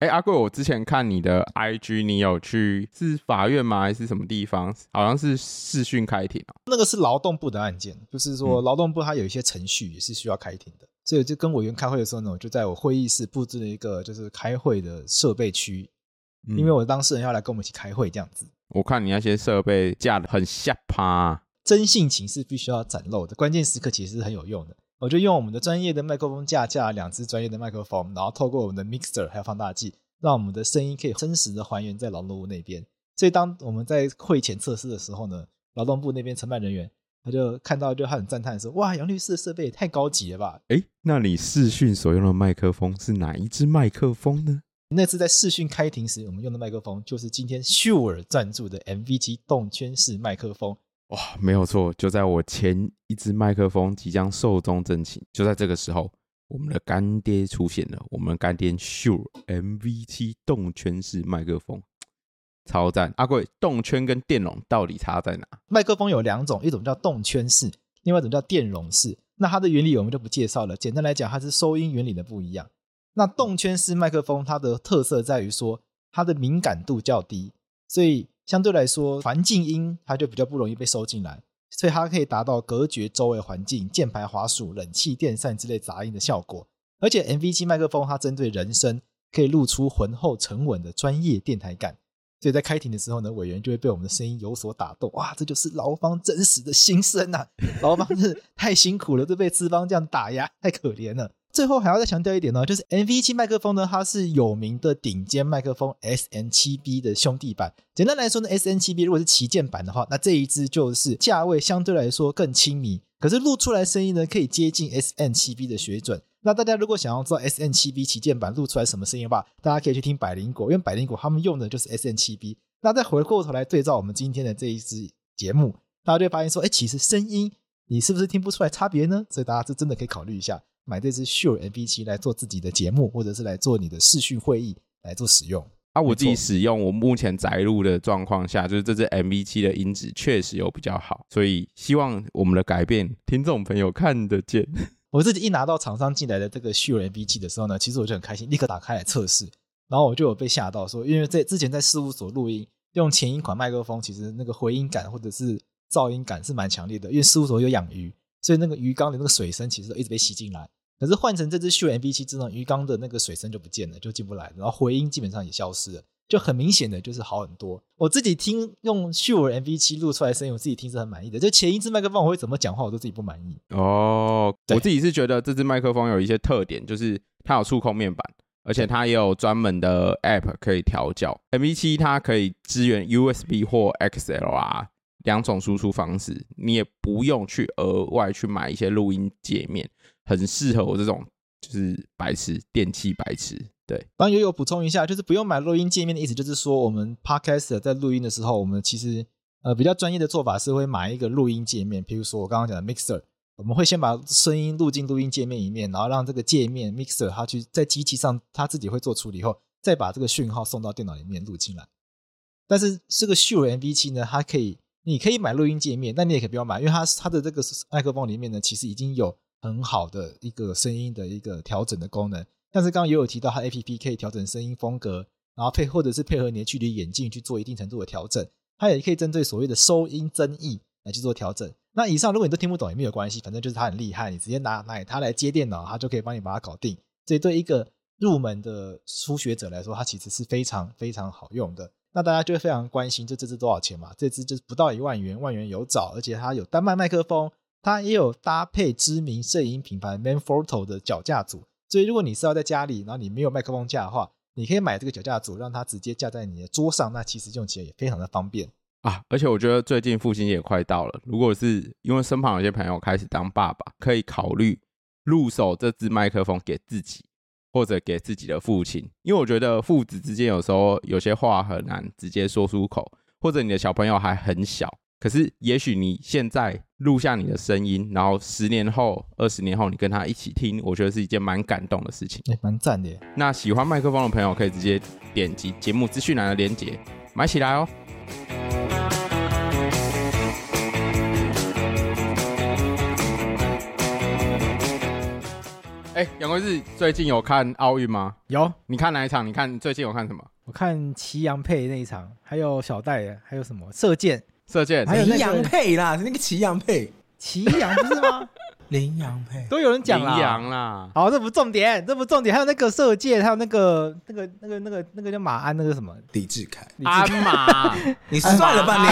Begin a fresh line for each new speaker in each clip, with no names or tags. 哎、阿贵，我之前看你的 IG，你有去是法院吗？还是什么地方？好像是视讯开庭哦、
那个是劳动部的案件，就是说劳动部它有一些程序也是需要开庭的，所以就跟委员开会的时候呢，我就在我会议室布置了一个就是开会的设备区，
嗯
因为我当事人要来跟我们一起开会这样子。
我看你那些设备架的很下趴、
真性情是必须要展露的，关键时刻其实是很有用的。我就用我们的专业的麦克风架架了两只专业的麦克风，然后透过我们的 mixer 还有放大器，让我们的声音可以真实的还原在劳动部那边。所以当我们在会前测试的时候呢，劳动部那边承办人员他就看到就他很赞叹说：“哇，杨律师的设备也太高级了吧
哎、那你视讯所用的麦克风是哪一支麦克风呢？！”
那次在视讯开庭时，我们用的麦克风就是今天秀尔赞助的 MV7 动圈式麦克风。
哇，没有错，就在我前一支麦克风即将寿终正寝，就在这个时候，我们的干爹出现了，我们的干爹 Sure MV7 动圈式麦克风，超赞！阿贵，动圈跟电容到底差在哪？
麦克风有两种，一种叫动圈式，另外一种叫电容式。那它的原理我们就不介绍了，简单来讲，它是收音原理的不一样。那动圈式麦克风它的特色在于说，它的敏感度较低，所以相对来说环境音它就比较不容易被收进来，所以它可以达到隔绝周围环境、键盘、滑鼠、冷气、电扇之类杂音的效果。而且 MV7 麦克风它针对人声，可以露出浑厚沉稳的专业电台感。所以在开庭的时候呢，委员就会被我们的声音有所打动，哇，这就是劳方真实的心声呐、劳方是太辛苦了，都被资方这样打压，太可怜了。最后还要再强调一点呢，就是 NV 七麦克风呢，它是有名的顶尖麦克风 SN 七 B 的兄弟版。简单来说呢，SN 七 B 如果是旗舰版的话，那这一支就是价位相对来说更亲民，可是录出来声音呢，可以接近 SN 七 B 的水准。那大家如果想要知道 SN 七 B 旗舰版录出来什么声音的话，大家可以去听百灵果，因为百灵果他们用的就是 SN 七 B。那再回过头来对照我们今天的这一支节目，大家就会发现说，哎，其实声音你是不是听不出来差别呢？所以大家这真的可以考虑一下，买这支 Shure MV 七来做自己的节目，或者是来做你的视讯会议来做使用。
啊，我
没
自己
错
使用我目前载入的状况下，就是这支 MV 七的音质确实有比较好，所以希望我们的改变听众朋友看得见。
我自己一拿到厂商进来的这个 Shure MV7 的时候呢，其实我就很开心，立刻打开来测试。然后我就有被吓到说，因为在之前在事务所录音，用前一款麦克风，其实那个回音感或者是噪音感是蛮强烈的，因为事务所有养鱼，所以那个鱼缸的那个水声其实都一直被吸进来。可是换成这只 Shure MV7 之后，鱼缸的那个水声就不见了，就进不来，然后回音基本上也消失了。就很明显的就是好很多。我自己听用 Shure MV7 录出来的声音，我自己听是很满意的。就前一支麦克风我会怎么讲话，我都自己不满意。
哦，
对
我自己是觉得这支麦克风有一些特点，就是它有触控面板，而且它也有专门的 App 可以调教。MV 七它可以支援 USB 或 XLR 两种输出方式，你也不用去额外去买一些录音界面，很适合我这种就是白痴电器白痴。对，
当然也有补充一下，就是不用买录音界面的意思，就是说我们 podcast 在录音的时候，我们其实呃比较专业的做法是会买一个录音界面，比如说我刚刚讲的 mixer，我们会先把声音录进录音界面里面，然后让这个界面 mixer 它去在机器上它自己会做处理后，再把这个讯号送到电脑里面录进来。但是这个 Shure MV 七呢，它可以，你可以买录音界面，但你也可以不要买，因为它它的这个麦克风里面呢，其实已经有很好的一个声音的一个调整的功能。但是刚刚也有提到，它 APP 可以调整声音风格，然后配或者是配合你的距离远近去做一定程度的调整。它也可以针对所谓的收音争议来去做调整。那以上如果你都听不懂也没有关系，反正就是它很厉害，你直接拿买它来接电脑，它就可以帮你把它搞定。所以对一个入门的初学者来说，它其实是非常非常好用的。那大家就会非常关心，就这支多少钱嘛？这支就是不到一万元，万元有找，而且它有单麦麦克风，它也有搭配知名摄影品牌 Manfrotto 的脚架组。所以如果你是要在家里，然后你没有麦克风架的话，你可以买这个脚架组，让它直接架在你的桌上，那其实用起来也非常的方便。
啊，而且我觉得最近父亲节也快到了，如果是因为身旁有些朋友开始当爸爸，可以考虑入手这支麦克风给自己，或者给自己的父亲，因为我觉得父子之间有时候有些话很难直接说出口，或者你的小朋友还很小，可是也许你现在录下你的声音，然后十年后、二十年后你跟他一起听，我觉得是一件蛮感动的事情。
哎，蛮赞的耶。
那喜欢麦克风的朋友可以直接点击节目资讯栏的链接买起来哦。哎、哎，杨贵志最近有看奥运吗？
有，
你看哪一场？你看最近有看什么？
我看祁阳配那一场，还有小戴，还有什么射箭，
射箭
还有那个
羚羊配啦，那个祁阳配，
祁阳不是吗？
羚羊配，
都有人讲
羚
啦。
羊啦，
好，这不重点，这不重点，还有那个射箭，还有那个那个那个那个那个叫马鞍，那个什么，
李志凯，
你
鞍 马，
你算了吧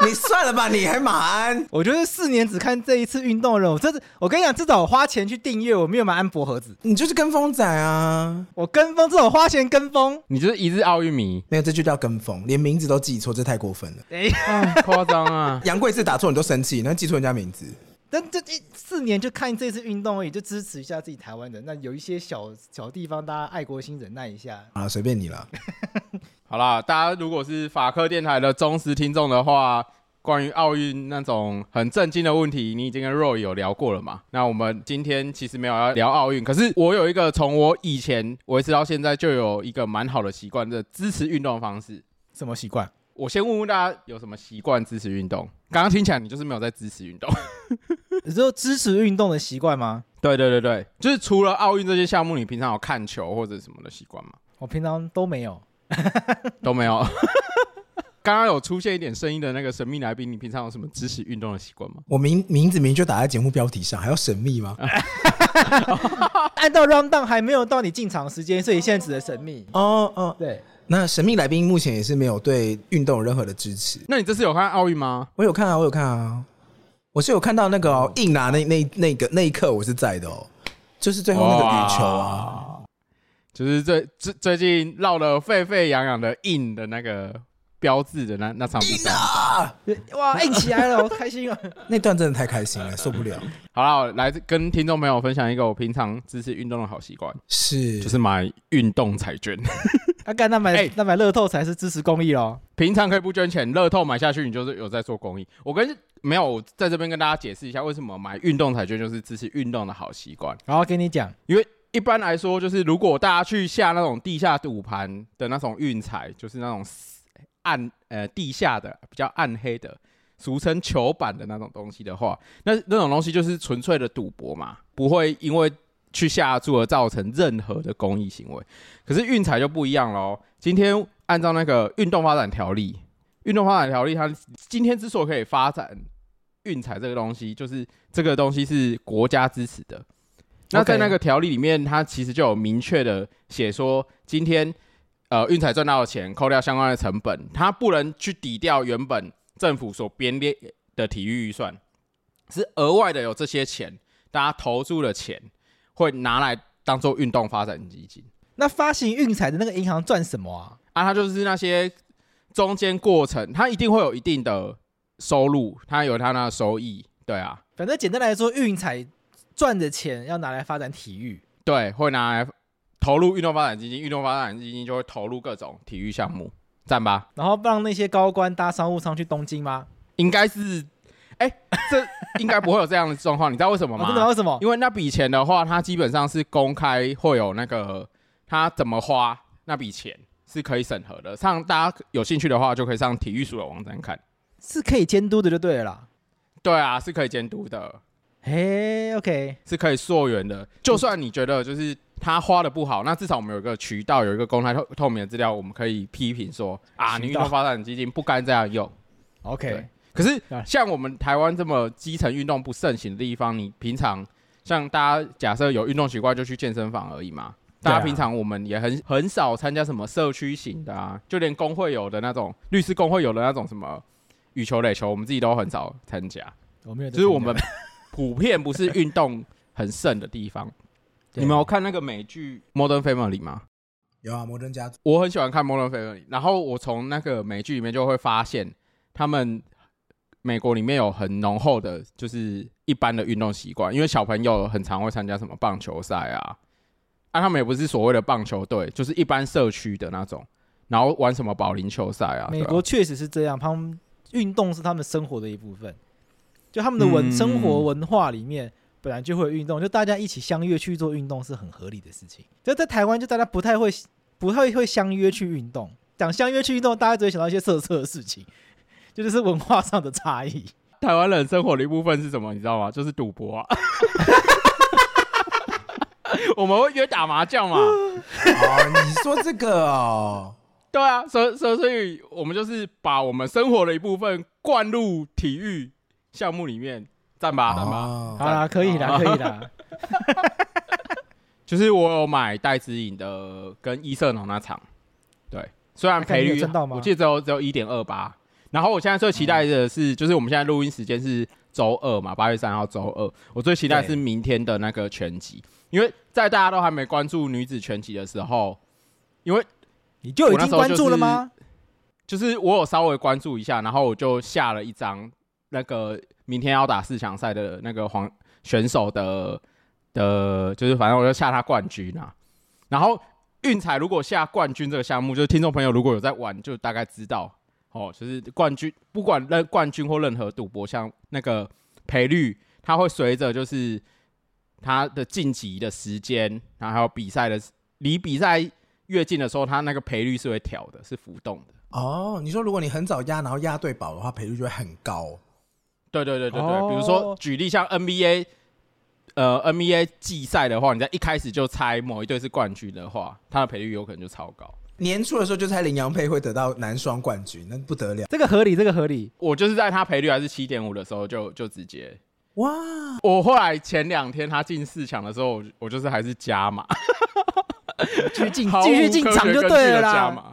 你，你算了吧你，还马鞍，
我觉得四年只看这一次运动的人，我这是我跟你讲，至少我花钱去订阅，我没有买安博盒子，
你就是跟风仔啊！，
我跟风，这种花钱跟风，
你就是一日奥运迷
没有，这就叫跟风，连名字都记错，这太过分了。
哎，
夸张啊！
杨贵志打错你都生气，那记错人家名字，
但这一四年就看这次运动而已，就支持一下自己台湾人。那有一些小小地方，大家爱国心忍耐一下。
好了，啊随便你了。
好啦，大家如果是法科电台的忠实听众的话，关于奥运那种很震惊的问题，你已经跟 Roy 有聊过了嘛？那我们今天其实没有要聊奥运，可是我有一个从我以前维持到现在就有一个蛮好的习惯的支持运动的方式。
什么习惯？
我先问问大家有什么习惯支持运动？刚刚听起来你就是没有在支持运动。
你说支持运动的习惯吗？
对对对对，就是除了奥运这些项目，你平常有看球或者什么的习惯吗？
我平常都没有。
都没有。 刚刚有出现一点声音的那个神秘来宾，你平常有什么支持运动的习惯吗？
我名名字明就打在节目标题上，还要神秘吗？
按照 round down 还没有到你进场时间，所以现在指的神秘。
哦哦，
对，
那神秘来宾目前也是没有对运动有任何的支持。
那你这次有看奥运吗？
我有看啊，我有看啊，我是有看到那个、哦、硬拿那那那个那一刻我是在的哦，就是最后那个羽球啊，
哇，就是最最最近闹得沸沸扬扬的印的那个标志的那那场比赛。
啊
哇，硬起来了，我开 心啊！
那段真的太开心了，受不了。
好了，我来跟听众朋友分享一个我平常支持运动的好习惯，
嗯是，
就是买运动彩券。
啊，干那买
哎
那买乐透才是支持公益哦咯。
平常可以不捐钱，乐透买下去，你就是有在做公益。我跟没有，我在这边跟大家解释一下，为什么买运动彩券就是支持运动的好习惯。
然后跟你讲，
因为一般来说，就是如果大家去下那种地下赌盘的那种运彩，就是那种暗呃地下的比较暗黑的，俗称球板的那种东西的话，那那种东西就是纯粹的赌博嘛，不会因为去下注而造成任何的公益行为。可是运彩就不一样喽。今天按照那个运动发展条例，运动发展条例它今天之所以可以发展运彩这个东西，就是这个东西是国家支持的。那
OK
在那个条例里面，它其实就有明确的写说，今天呃运彩赚到的钱，扣掉相关的成本，它不能去抵掉原本政府所编列的体育预算，是额外的有这些钱，大家投注的钱会拿来当做运动发展基金。
那发行运彩的那个银行赚什么啊？
啊，它就是那些中间过程，它一定会有一定的收入，它有它那个收益，对啊，
反正简单来说，运彩赚的钱要拿来发展体育。
对，会拿来投入运动发展基金，运动发展基金就会投入各种体育项目，赞吧？
然后让那些高官搭商务舱去东京吗？
应该是，哎、这 应该不会有这样的状况，你知道为什么
我哦真的
吗？
为什么？
因为那笔钱的话，它基本上是公开会有那个它怎么花那笔钱是可以审核的，上大家有兴趣的话就可以上体育署的网站看，
是可以监督的就对了啦。
对啊，是可以监督的。
嘿 o k
是可以溯源的。就算你觉得就是他花的不好，那至少我们有一个渠道，有一个公开透透明的资料，我们可以批评说啊，
渠道
你运动发展基金不该这样用。
OK，
对可是
啊
像我们台湾这么基层运动不盛行的地方，你平常像大家假设有运动习惯就去健身房而已嘛。大
对啊
家平常我们也很很少参加什么社区型的啊，就连工会有的那种律师工会有的那种什么羽球、垒球，我们自己都很少参加。
我没有在听的，
就是我们 普遍不是运动很盛的地方。
对啊
你们有看那个美剧《Modern Family》吗？
有啊，摩登家族
我很喜欢看《Modern Family》，然后我从那个美剧里面就会发现，他们美国里面有很浓厚的，就是一般的运动习惯，因为小朋友很常会参加什么棒球赛啊，啊，他们也不是所谓的棒球队，就是一般社区的那种，然后玩什么保龄球赛啊，
美
对啊
国确实是这样，他们运动是他们生活的一部分，就他们的文、
嗯
生活文化里面本来就会有运动，就大家一起相约去做运动是很合理的事情。就在台湾，就大家不太会不太会相约去运动，讲相约去运动，大家只会想到一些色色的事情， 这就是文化上的差异。
台湾人生活的一部分是什么，你知道吗？就是赌博啊。 我们会约打麻将嘛？
哦，你说这个哦，
对啊，所所所以，我们就是把我们生活的一部分灌入体育项目里面，赞啊吧赞吧。
哦
好啦，可以啦，可以啦。
就是我有买戴之颖的跟一色农那场，对，虽然赔
那你有
率
赚到吗
我记得只有只有一点二八。然后我现在最期待的是，就是我们现在录音时间是周二嘛，八月三号周二。我最期待
对
是明天的那个拳击，因为在大家都还没关注女子拳击的时候，因为
你就已
我那
经
时候
关
就是
注了吗？
就是我有稍微关注一下，然后我就下了一张那个明天要打四强赛的那个黄选手的的，就是反正我就下他冠军啊。然后运彩如果下冠军这个项目，就是听众朋友如果有在玩，就大概知道哦，就是冠军不管任冠军或任何赌博项那个赔率，它会随着就是它的晋级的时间，然后还有比赛的离比赛越近的时候，它那个赔率是会调的，是浮动的。
哦，你说如果你很早压，然后压对宝的话，赔率就会很高。
对对对对对，
哦
比如说举例像 NBA，呃 NBA 季赛的话，你在一开始就猜某一队是冠军的话，它的赔率有可能就超高。
年初的时候就猜林洋配会得到男双冠军，那不得了
这个合理，这个合理。
我就是在它赔率还是七点五的时候就就直接，
哇！
我后来前两天它进四强的时候，我我就是还是加码，
继续进，
毫无
继续进
科学
场就
根据
对了
的加
啦。
码。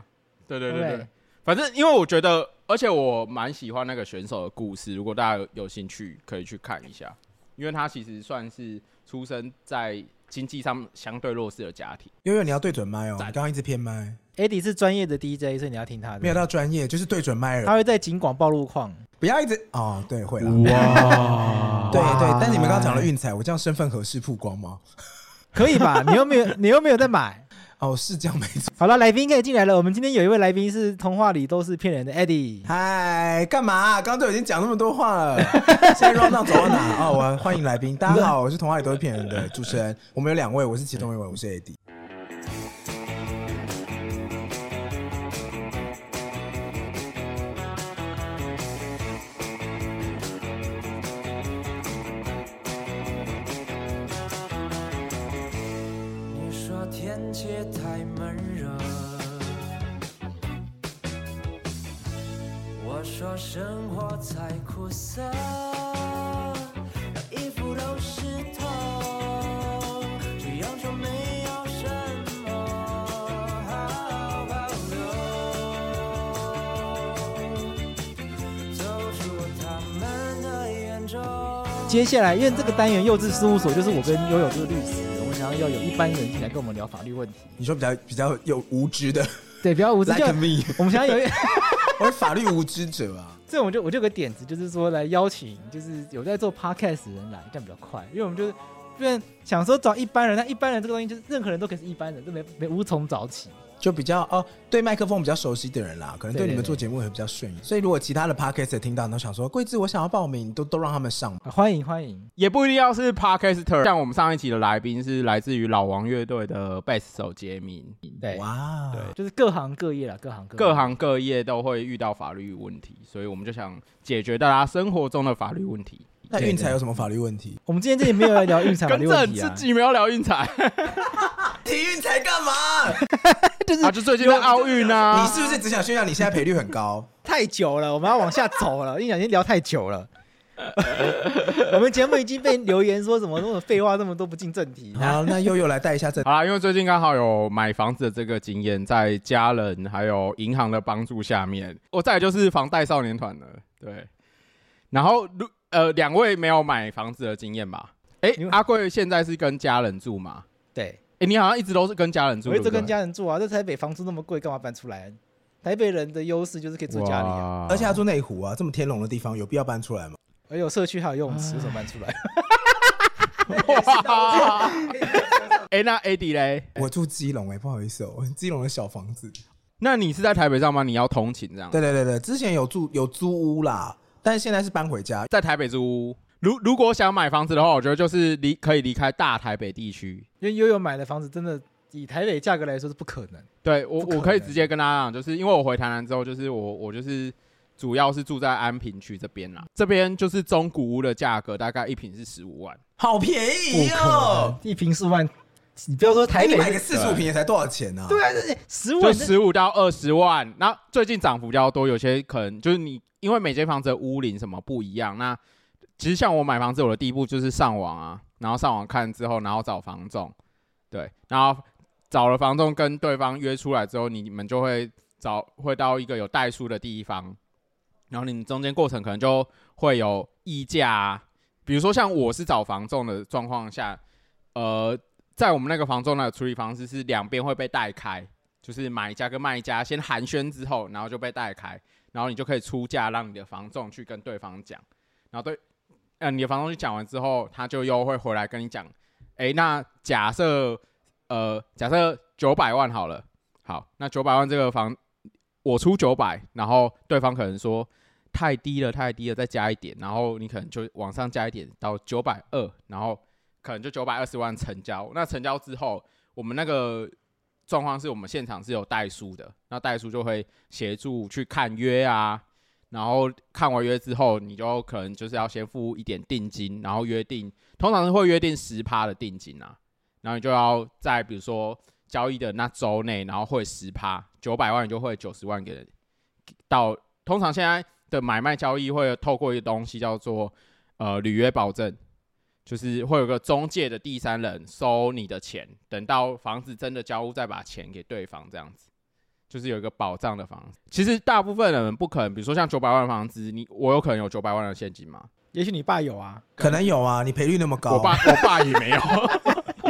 对对对
对
对，
不对
反正因为我觉得，而且我蛮喜欢那个选手的故事，如果大家有有兴趣可以去看一下，因为他其实算是出生在经济上相对弱势的家庭。
悠悠，你要对准麦哦，你
赞
刚刚一直偏麦，
Eddie 是专业的 DJ，所以你要听他
没有
的。
到专业，就是对准麦
他
了。
会在警广暴露框。
不要一直哦，对，会了。
哇！
对
哇
对，但你们刚刚讲了运彩，我这样身份合适曝光吗？
可以吧？你又没有， 你又没有在买。
哦，是这样没错。
好了，来宾可以进来了。我们今天有一位来宾是童话里都是骗人的 Eddie。
嗨，干嘛、刚刚都已经讲那么多话了，现在 round down 走到哪？哦，我欢迎来宾，大家好，我是童话里都是骗人的主持人，我们有两位，我是其中一位，我是 AD。
你说天气太闷热，我说生活太苦涩，让衣服都湿透，只有说没有什么好保留，走出他们的眼中。
接下来，因为这个单元幼稚事务所就是我跟悠悠这个律师，我们想要要有一般人进来跟我们聊法律问题。
你说比较比较有无知的
对，不要无知。就
，like me，
我们想要有一，
我是法律无知者啊。
这我就我就有个点子，就是说来邀请就是有在做 podcast 的人来，这样比较快，因为我们就是。不然想说找一般人，但一般人这个东西就是任何人都可以是一般人，都没没无从找起。
就比较哦，对麦克风比较熟悉的人啦，可能对
对
你们
对
做节目会比较顺眼。所以如果其他的 podcast 听到，都想说桂枝，我想要报名，都都让他们上。
啊欢迎欢迎，
也不一定要是 podcaster，像我们上一集的来宾是来自于老王乐队的贝斯手杰明，
对，
哇，
对
就是各行各业啦，各行各业
各行各业都会遇到法律问题，所以我们就想解决大家生活中的法律问题。
那
对
运才有什么法律 问题？
我们今天这里没有来聊运彩法
跟
律
着
问题
自
啊，
己没有聊运彩，
提运才干嘛？
啊，就最近的奥运
你
啊，
是不是只想炫耀你现在赔率很高？
太久了，我们要往下走了，印象已经聊太久 了。我们节目已经被留言说什么那种废话这么多不进正 题，
好，那悠悠来带一下这。
好啦，因为最近刚好有买房子的这个经验，在家人还有银行的帮助下面，我再来就是房贷少年团了，对。然后，如呃，两位没有买房子的经验吧？哎、
因为
阿贵现在是跟家人住吗？
对，
哎、你好像一直都是跟家人住，
我一直
对不对
跟家人住啊，在台北房租那么贵，干嘛搬出来？台北人的优势就是可以住家里啊，
哇
而且他住内湖啊，这么天龙的地方，有必要搬出来吗？
而有哎社区还有游泳池，为什么搬出来？
哇！哎、那 AD 嘞？
我住基隆哎、不好意思哦、 我是基隆的小房子。
那你是在台北上班，你要通勤这样？
对对对对，之前有住有租屋啦，但是现在是搬回家。
在台北租屋。如如果想买房子的话，我觉得就是离可以离开大台北地区。
因为悠悠买的房子真的以台北价格来说是不可能，
对我，
不可能
我可以直接跟大家讲，就是因为我回台南之后，就是我我就是主要是住在安平区这边啦。这边就是中古屋的价格，大概一平是十五万。
好便宜
不可能
哦、
一平四万哎你不要说台
哎，你
北，
买个四十五瓶也才多少钱呢？
对啊，这十五
就十五到二十万。那最近涨幅比较多，有些可能就是你因为每间房子的屋龄什么不一样。那其实像我买房子，我的第一步就是上网啊，然后上网看之后，然后找房仲，对，然后找了房仲跟对方约出来之后，你们就会找会到一个有代书的地方，然后你们中间过程可能就会有议价、啊，比如说像我是找房仲的状况下，呃，在我们那个房仲的处理方式是两边会被带开，就是买家跟卖家先寒暄之后，然后就被带开，然后你就可以出价让你的房仲去跟对方讲，然后对，呃，你的房仲去讲完之后，他就又会回来跟你讲，诶，那假设呃假设九百万好了，好，那九百万这个房我出九百，然后对方可能说太低了太低了，再加一点，然后你可能就往上加一点到九百二，然后可能就九百二十万成交，那成交之后。我们那个状况是我们现场是有代书的，那代书就会协助去看约啊，然后看完约之后，你就可能就是要先付一点定金，然后约定，通常是会约定十趴的定金啊，然后你就要在比如说交易的那周内，然后汇十趴，九百万你就汇九十万给人到，通常现在的买卖交易会透过一个东西叫做呃履约保证，就是会有个中介的第三人收你的钱，等到房子真的交屋再把钱给对方，这样子就是有一个保障的房子。其实大部分人不可能，比如说像九百万的房子，你我有可能有九百万的现金吗？
也许你爸有啊，
可能有啊，你赔率那么高，
我爸我爸也没有。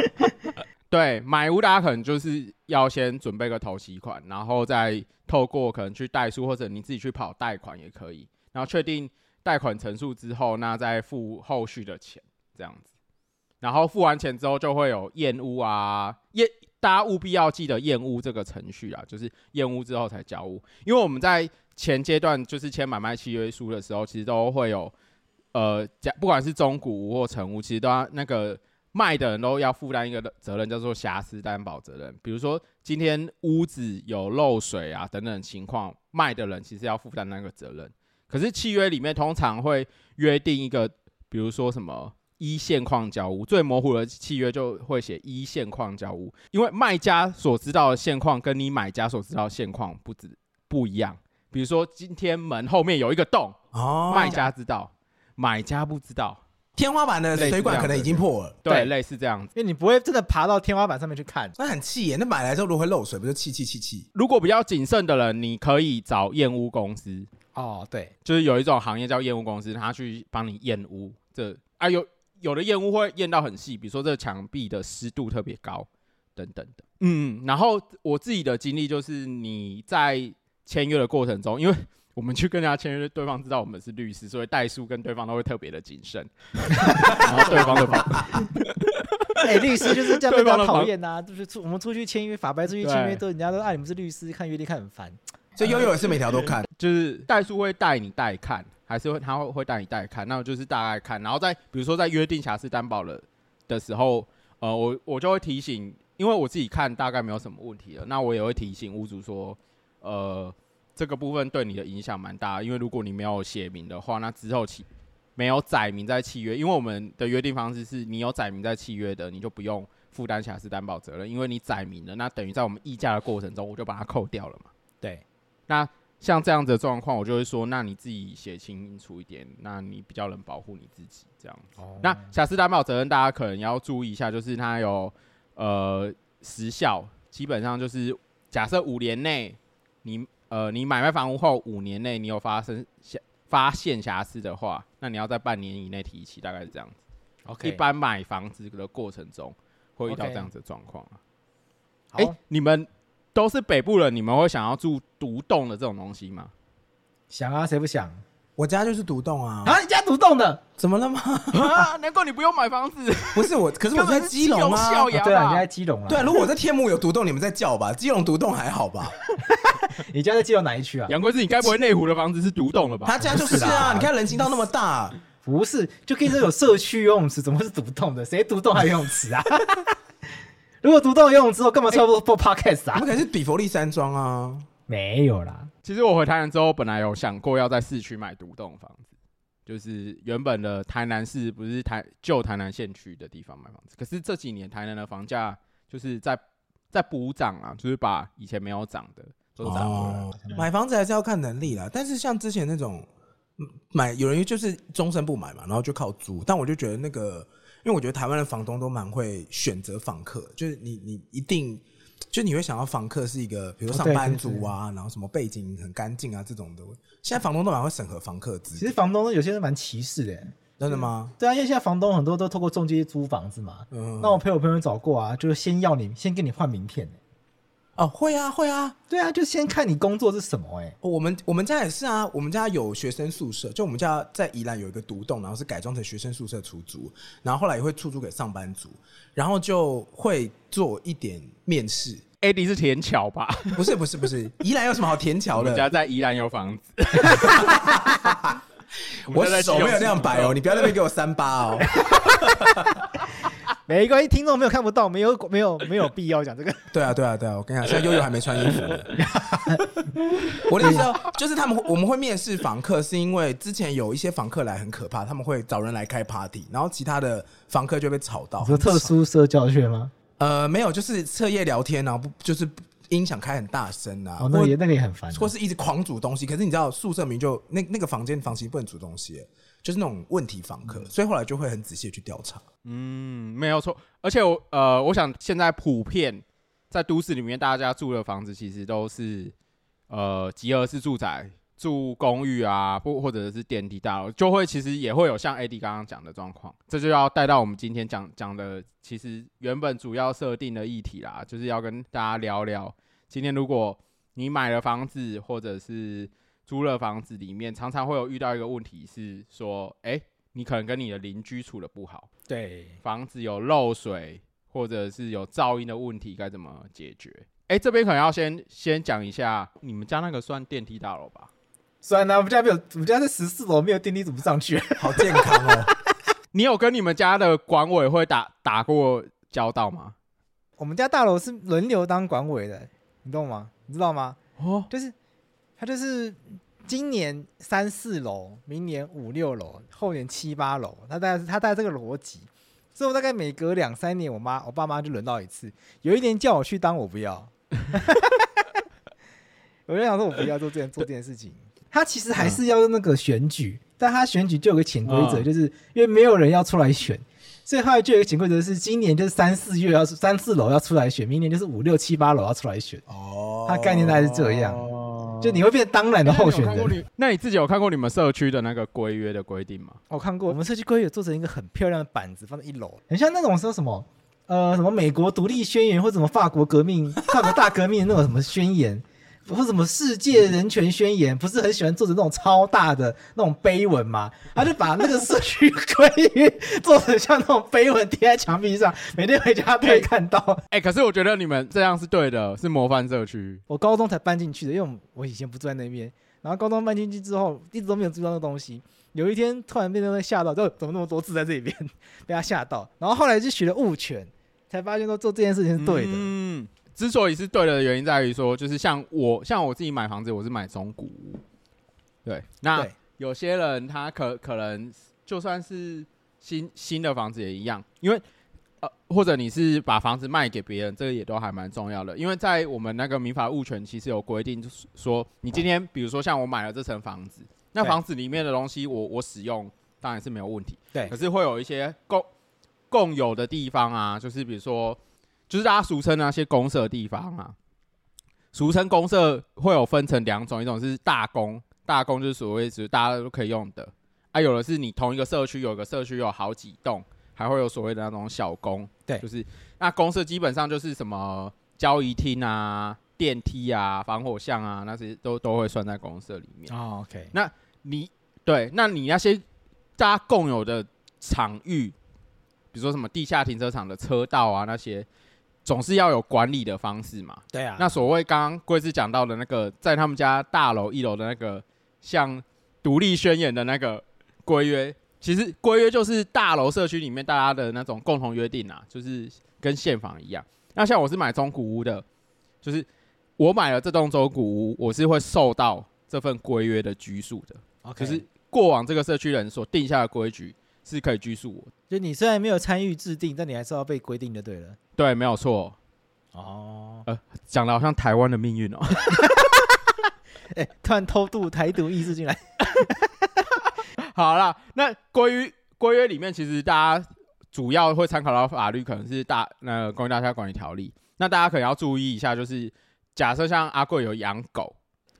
对，买屋大家可能就是要先准备个头期款，然后再透过可能去代书或者你自己去跑贷款也可以，然后确定贷款成数之后，那再付后续的钱这样子。然后付完钱之后就会有验屋啊，验大家务必要记得验屋这个程序啊，就是验屋之后才交屋，因为我们在前阶段就是签买卖契约书的时候，其实都会有呃，假不管是中古屋或成屋，其实都要那个卖的人都要负担一个责任，叫做瑕疵担保责任。比如说今天屋子有漏水啊等等情况，卖的人其实要负担那个责任。可是契约里面通常会约定一个，比如说什么一现况交屋，最模糊的契约就会写一现况交屋，因为卖家所知道的现况跟你买家所知道的现况不止不一样。比如说今天门后面有一个洞，
哦，
卖家知道，买家不知道，
天花板的水管可能已经破了，
对，
对
类似这样子。
因为你不会真的爬到天花板上面去看。
那很气耶。那买来之后如果会漏水，不就气气气气？
如果比较谨慎的人，你可以找验屋公司，
哦，对，
就是有一种行业叫验屋公司，他去帮你验屋。这啊有有的验屋会验到很细，比如说这个墙壁的湿度特别高，等等的。嗯，然后我自己的经历就是你在签约的过程中，因为我们去跟人家签约，对方知道我们是律师，所以代书跟对方都会特别的谨慎，然后对方的房
哎，律师就是这样被
对方的
大家
房
讨厌啊呐， 就是出我们出去签约，法白出去签约
对
都人家都啊，你们是律师，看约定看很烦。
所以悠悠也是每条都看，
就是代书会带你带看，还是会他会会带你带看，那我就是大概看，然后在比如说在约定瑕疵担保了的时候，呃，我我就会提醒，因为我自己看大概没有什么问题了，那我也会提醒屋主说，呃，这个部分对你的影响蛮大，因为如果你没有写明的话，那之后契没有载明在契约，因为我们的约定方式是你有载明在契约的，你就不用负担瑕疵担保责任，因为你载明了，那等于在我们议价的过程中，我就把它扣掉了嘛。
对，
那像这样子的状况，我就会说，那你自己写清楚一点，那你比较能保护你自己这样。
哦
那瑕疵担保责任，大家可能要注意一下，就是它有呃时效，基本上就是假设五年内你呃你买卖房屋后五年内你有发生瑕发现瑕疵的话，那你要在半年以内提起，大概是这样子。
OK，
一般买房子的过程中会遇到
OK
这样子的状况啊。
好
哎、你们都是北部人，你们会想要住独栋的这种东西吗？
想啊，谁不想
我家就是独栋啊，
啊？你家独栋的？
怎么了 吗？
啊，难怪你不用买房子，
不是我，可是我在基隆啊。
笑
哦
呀、
对啊，你家在基隆啊？
对啊，如果我在天母有独栋，你们在叫吧。基隆独栋还好吧？
你家在基隆哪一区啊？
杨贵志，你该不会内湖的房子是独栋的吧？
他家就是
不是啦
啊，你看人行道那 么大，
不是，就跟你说有社区游泳池，怎么会是独栋的？谁独栋还有游泳池啊？ 如果独栋有游泳池，我干嘛
哎
出来播播 podcast
我
啊
们？可能是比佛利山庄啊。
没有啦，
其实我回台南之后，本来有想过要在市区买独栋房子，就是原本的台南市不是台旧台南县区的地方买房子，可是这几年台南的房价就是在在补涨啊，就是把以前没有涨的都涨回来。
哦，买房子还是要看能力啦。但是像之前那种嗯买，有人就是终身不买嘛，然后就靠租。但我就觉得那个，因为我觉得台湾的房东都蛮会选择房客，就是你你一定。就你会想要房客是一个，比如
哦
说上
对
班
对
族啊，然后什么背景很干净啊这种的。现在房东都蛮会审核房客的资
其
质，
实房东有些人蛮歧视的欸，
真的吗？
对啊，因为现在房东很多都透过中介租房子嘛。
嗯，
那我陪我朋友找过啊，就是先要你先跟你换名片欸，
哦会啊会啊，
对啊，就先看你工作是什么哎、
哦我们我们家也是啊，我们家有学生宿舍，就我们家在宜兰有一个独栋，然后是改装成学生宿舍出租，然后后来也会出租给上班族，然后就会做一点面试。
AD 是田巧吧？
不是不是不是，宜兰有什么好田
我
桥
们家
的？
在宜兰有房 子，
我
们家在
手没有那样摆
基隆市
哦，你不要在那边给我三八哦。
没关系，听众没有看不到，没有没有没有必要 讲这个。
对啊对啊对啊，我跟你讲，现在悠悠还没穿衣服呢。我那时候就是他们，我们会面试房客，是因为之前有一些房客来很可怕，他们会找人来开 party，然后其他的房客就被吵
哦
到。
说哦特殊社交圈吗？
呃，没有，就是彻夜聊天啊，不就是音响开很大声啊，
哦，那
或
个也那个也很烦啊、
或是一直狂煮东西。可是你知道，宿舍名就那那个房间房型不能煮东西了，就是那种问题房
嗯
客，所以后来就会很仔细地去调查。
嗯，没有错。而且我呃，我想现在普遍在都市里面，大家住的房子其实都是呃集合式住宅，住公寓啊，或或者是电梯大楼，就会其实也会有像 AD 刚刚讲的状况。这就要带到我们今天讲讲的，其实原本主要设定的议题啦，就是要跟大家聊聊，今天如果你买了房子或者是租了房子，里面常常会有遇到一个问题是说，哎、你可能跟你的邻居处的不好。
对，
房子有漏水或者是有噪音的问题，该怎么解决？哎、这边可能要先先讲一下，你们家那个算电梯大楼吧？
算了，我们家没有，我们家在十四楼，没有电梯，怎么上去？
好健康哦，
你有跟你们家的管委会打打过交道吗？
我们家大楼是轮流当管委的，你懂吗？你知道吗？
哦，
就是他就是今年三四楼，明年五六楼，后年七八楼，他大概是他大概这个逻辑。所以我大概每隔两三年，我妈我爸妈就轮到一次。有一年叫我去当，我不要， 我就想说我不要做这件做这件事情。
他其实还是要那个选举，但他选举就有个潜规则，
嗯
就是因为没有人要出来选，所以后来就有一个潜规则是，今年就是三四月要三四楼要出来选，明年就是五六七八楼要出来选，
哦，
它概念大概是这样，就你会变当然的候选人。
哦哎那你自己有看过你们社区的那个规约的规定吗？
我看过，我们社区规有做成一个很漂亮的板子，放在一楼。
很像那种说什么呃什么美国独立宣言或什么法国革命、法国大革命那种什么宣言，或什么世界人权宣言，不是很喜欢做成那种超大的那种碑文嘛？他就把那个社区规约做成像那种碑文贴在墙壁上，每天回家都会看到。
哎、可是我觉得你们这样是对的，是模范社区。
我高中才搬进去的，因为我们我以前不住在那边。然后高中搬进去之后，一直都没有注意到那东西。有一天突然被那个吓到，就怎么那么多字在这里边，被他吓到。然后后来就学了物权，才发现说做这件事情是对的。
嗯，之所以是对的原因在于说，就是像我像我自己买房子，我是买中古屋。对，那
对
有些人他可可能就算是新新的房子也一样，因为呃，或者你是把房子卖给别人，这个也都还蛮重要的，因为在我们那个民法物权其实有规定，就是说你今天比如说像我买了这层房子，那
对
房子里面的东西我我使用当然是没有问题，
对
可是会有一些共共有的地方啊，就是比如说就是大家俗称那些公社的地方啊，俗称公社会有分成两种，一种是大公，大公就是所谓就是大家都可以用的，啊，有的是你同一个社区，有个社区有好几栋，还会有所谓的那种小公，
对
就是那公社基本上就是什么交易厅啊、电梯啊、防火巷啊，那些都都会算在公社里面。
哦，OK，
你对，那你那些大家共有的场域，比如说什么地下停车场的车道啊，那些总是要有管理的方式嘛。
对啊
那所谓刚刚贵司讲到的那个，在他们家大楼一楼的那个像独立宣言的那个规约，其实规约就是大楼社区里面大家的那种共同约定啊，就是跟现房一样。那像我是买中古屋的，就是我买了这栋中古屋，我是会受到这份规约的拘束的，
OK，
就是过往这个社区人所定下的规矩是可以拘束我的。
就你虽然没有参与制定，但你还是要被规定的，对了。
对，没有错。
哦，
讲的好像台湾的命运哦。
哎、突然偷渡台独意识进来，
好啦，那规约规约里面其实大家主要会参考到法律，可能是大那个《公益大厦管理条例》，那大家可能要注意一下，就是假设像阿贵有养狗，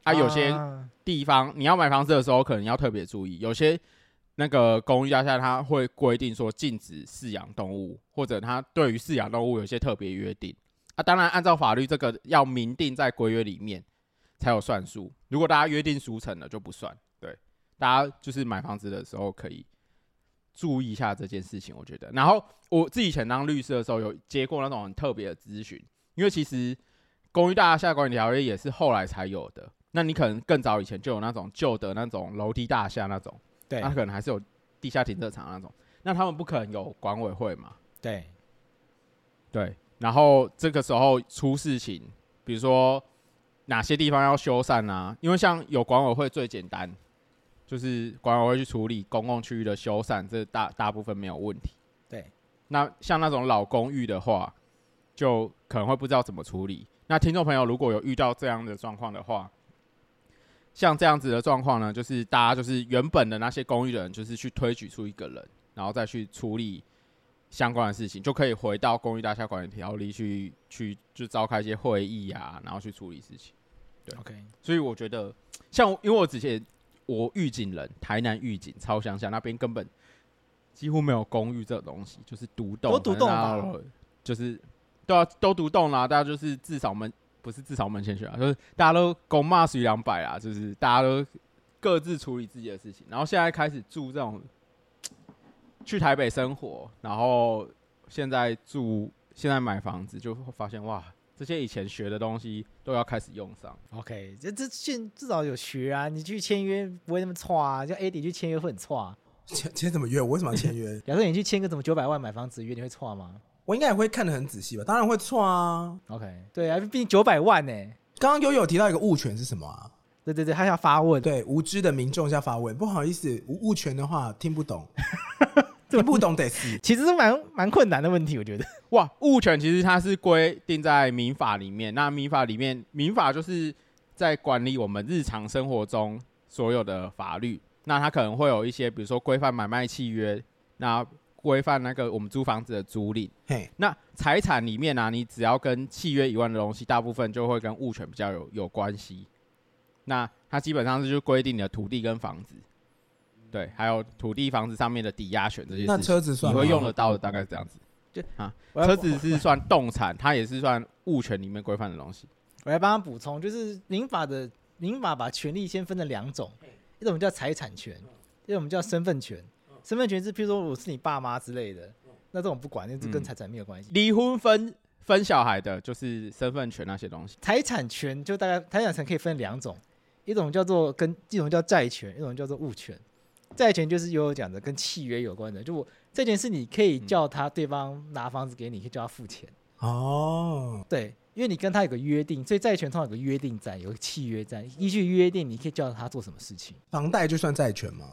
啊，有些
啊
地方你要买房子的时候，可能要特别注意，有些那个公寓大厦它会规定说禁止饲养动物，或者它对于饲养动物有一些特别约定。啊，当然按照法律这个要明定在规约里面才有算数，如果大家约定俗成了就不算。对，大家就是买房子的时候可以注意一下这件事情，我觉得。然后我自己以前当律师的时候有接过那种很特别的咨询，因为其实公寓大厦管理条例也是后来才有的。那你可能更早以前就有那种旧的那种楼梯大厦那种，
对、
那、可能还是有地下停车场那种。那他们不可能有管委会嘛？
对，
对。然后这个时候出事情，比如说哪些地方要修缮啊？因为像有管委会最简单，就是管委会去处理公共区域的修缮，这大大部分没有问题。
对。
那像那种老公寓的话，就可能会不知道怎么处理。那听众朋友如果有遇到这样的状况的话，像这样子的状况呢，就是大家就是原本的那些公寓的人，就是去推举出一个人，然后再去处理相关的事情，就可以回到公寓大厦管理条例去去就召开一些会议啊，然后去处理事情。对
OK，
所以我觉得，像我因为我之前我预警人，台南预警超乡下那边根本几乎没有公寓这种东西，就是独栋，
都独栋吧
反正大家都，就是对啊，都独栋啦，大家就是至少门不是至少门前雪啊，就是大家都公骂水两百啊，就是大家都各自处理自己的事情，然后现在开始住这种去台北生活，然后现在住现在买房子，就会发现哇。这些以前学的东西都要开始用上，
OK，这这现至少有学啊，你去签约不会那么差啊，像 AD 去签约会很差、啊。？
签签什么约？我为什么要签约
假设你去签个什么九百万买房子约，你会差吗
我应该也会看得很仔细吧？当然会错啊。
？OK，对啊，毕竟九百万呢、
刚刚悠悠提到一个物权是什么啊？
对对对，他想发问，
对，无知的民众下发问，不好意思，物物权的话听 不懂，听不懂得死。
其实是蛮蛮困难的问题，我觉得。
哇，物权其实它是规定在民法里面，那民法里面，民法就是在管理我们日常生活中所有的法律。那它可能会有一些，比如说规范买卖契约，那规范那个我们租房子的租赁。
嘿，
那财产里面呢、啊，你只要跟契约以外的东西，大部分就会跟物权比较有有关系。那它基本上是就规定你的土地跟房子，对，还有土地、房子上面的抵押权这些
嗯那
事情，
车子
你
算吗
会用得到的大概是这样子。
我要
车子是算动产，它也是算物权里面规范的东西。
我来帮他补充，就是民法的民法把权利先分了两种，一种叫财产权，一种叫身份权。身份权是譬如说我是你爸妈之类的，那这种不管，那这跟
嗯
财产没有关系。
离婚分分小孩的，就是身份权那些东西。
财产权就大概财产权可以分两种，一种叫做跟一种叫债权，一种叫做物权。债权就是有讲的跟契约有关的，就我这件事你可以叫他对方拿房子给你，可以叫他付钱，
哦，
对，因为你跟他有个约定，所以债权通常有个约定在，有个契约在，依据约定你可以叫他做什么事情，
房贷就算债权吗？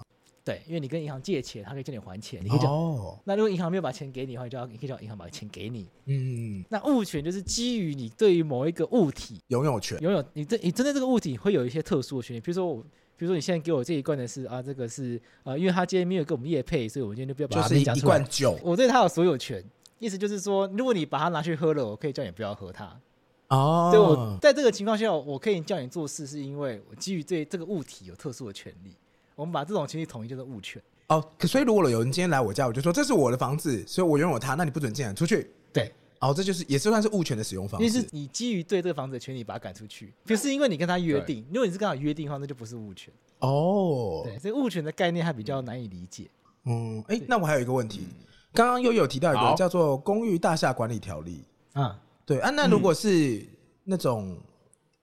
对，因为你跟银行借钱，他可以叫你还钱，你可以叫。
哦，
那如果银行没有把钱给你的话，你就要你可以叫银行把钱给你。
嗯，
那物权就是基于你对于某一个物体
拥有权。
拥有你这你针对这个物体会有一些特殊的权利，比如说我，比如说你现在给我这一罐的是啊，这个是呃，因为他今天没有给我们业配，所以我今天就不要把
就
它
是一
讲
一
出来
罐。酒
我对它有所有权，意思就是说，如果你把它拿去喝了，我可以叫你不要喝它。
哦，
对我在这个情况下，我可以叫你做事，是因为我基于对这个物体有特殊的权利。我们把这种权利统一叫做物权。
哦，可所以如果有人今天来我家，我就说这是我的房子，所以我拥有它，那你不准进来，出去。
对，
哦，这就是也是算是物权的使用方
因为是
式。
你基于对这个房子的权利把它赶出去，可是因为你跟他约
对
定，如果你是跟他有约定的话，那就不是物权。
哦，
对，所以物权的概念还比较难以理解。
嗯，哎、那我还有一个问题，刚刚又有提到一
好
个叫做《公寓大厦管理条例》。
啊、
对啊，那如果是那种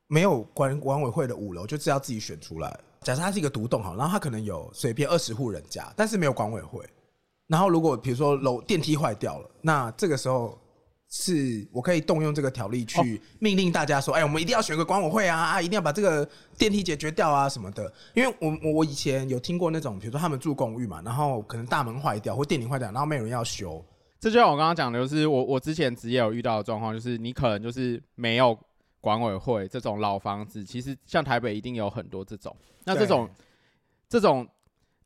没有管管委会的五楼，就是要自己选出来。假设它是一个独栋好，然后它可能有随便二十户人家，但是没有管委会。然后如果比如说楼电梯坏掉了，那这个时候是我可以动用这个条例去命令大家说，哎，我们一定要选个管委会啊，啊，一定要把这个电梯解决掉啊什么的。因为我我我以前有听过那种，比如说他们住公寓嘛，然后可能大门坏掉或电铃坏掉，然后没有人要修，
这就像我刚刚讲的，就是我我之前职业有遇到的状况，就是你可能就是没有管委会这种老房子，其实像台北一定有很多这种。那这种这种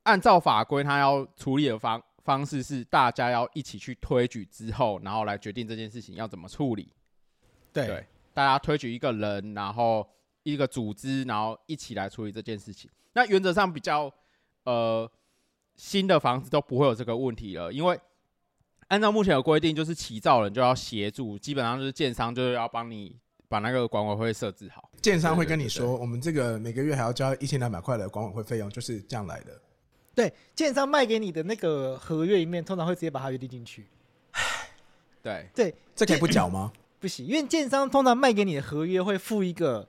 按照法规，他要处理的方方式是大家要一起去推举之后，然后来决定这件事情要怎么处理。
对
对大家推举一个人，然后一个组织，然后一起来处理这件事情。那原则上比较呃新的房子都不会有这个问题了，因为按照目前的规定，就是起造人就要协助，基本上就是建商就是要帮你把那个管委会设置好。
建商会跟你
对
说，我们这个每个月还要交一千两百块的管委会费用，就是这样来的。
对，建商卖给你的那个合约里面，通常会直接把它约定进去。
对，
对，
这可以不 缴吗？
不行，因为建商通常卖给你的合约会附一个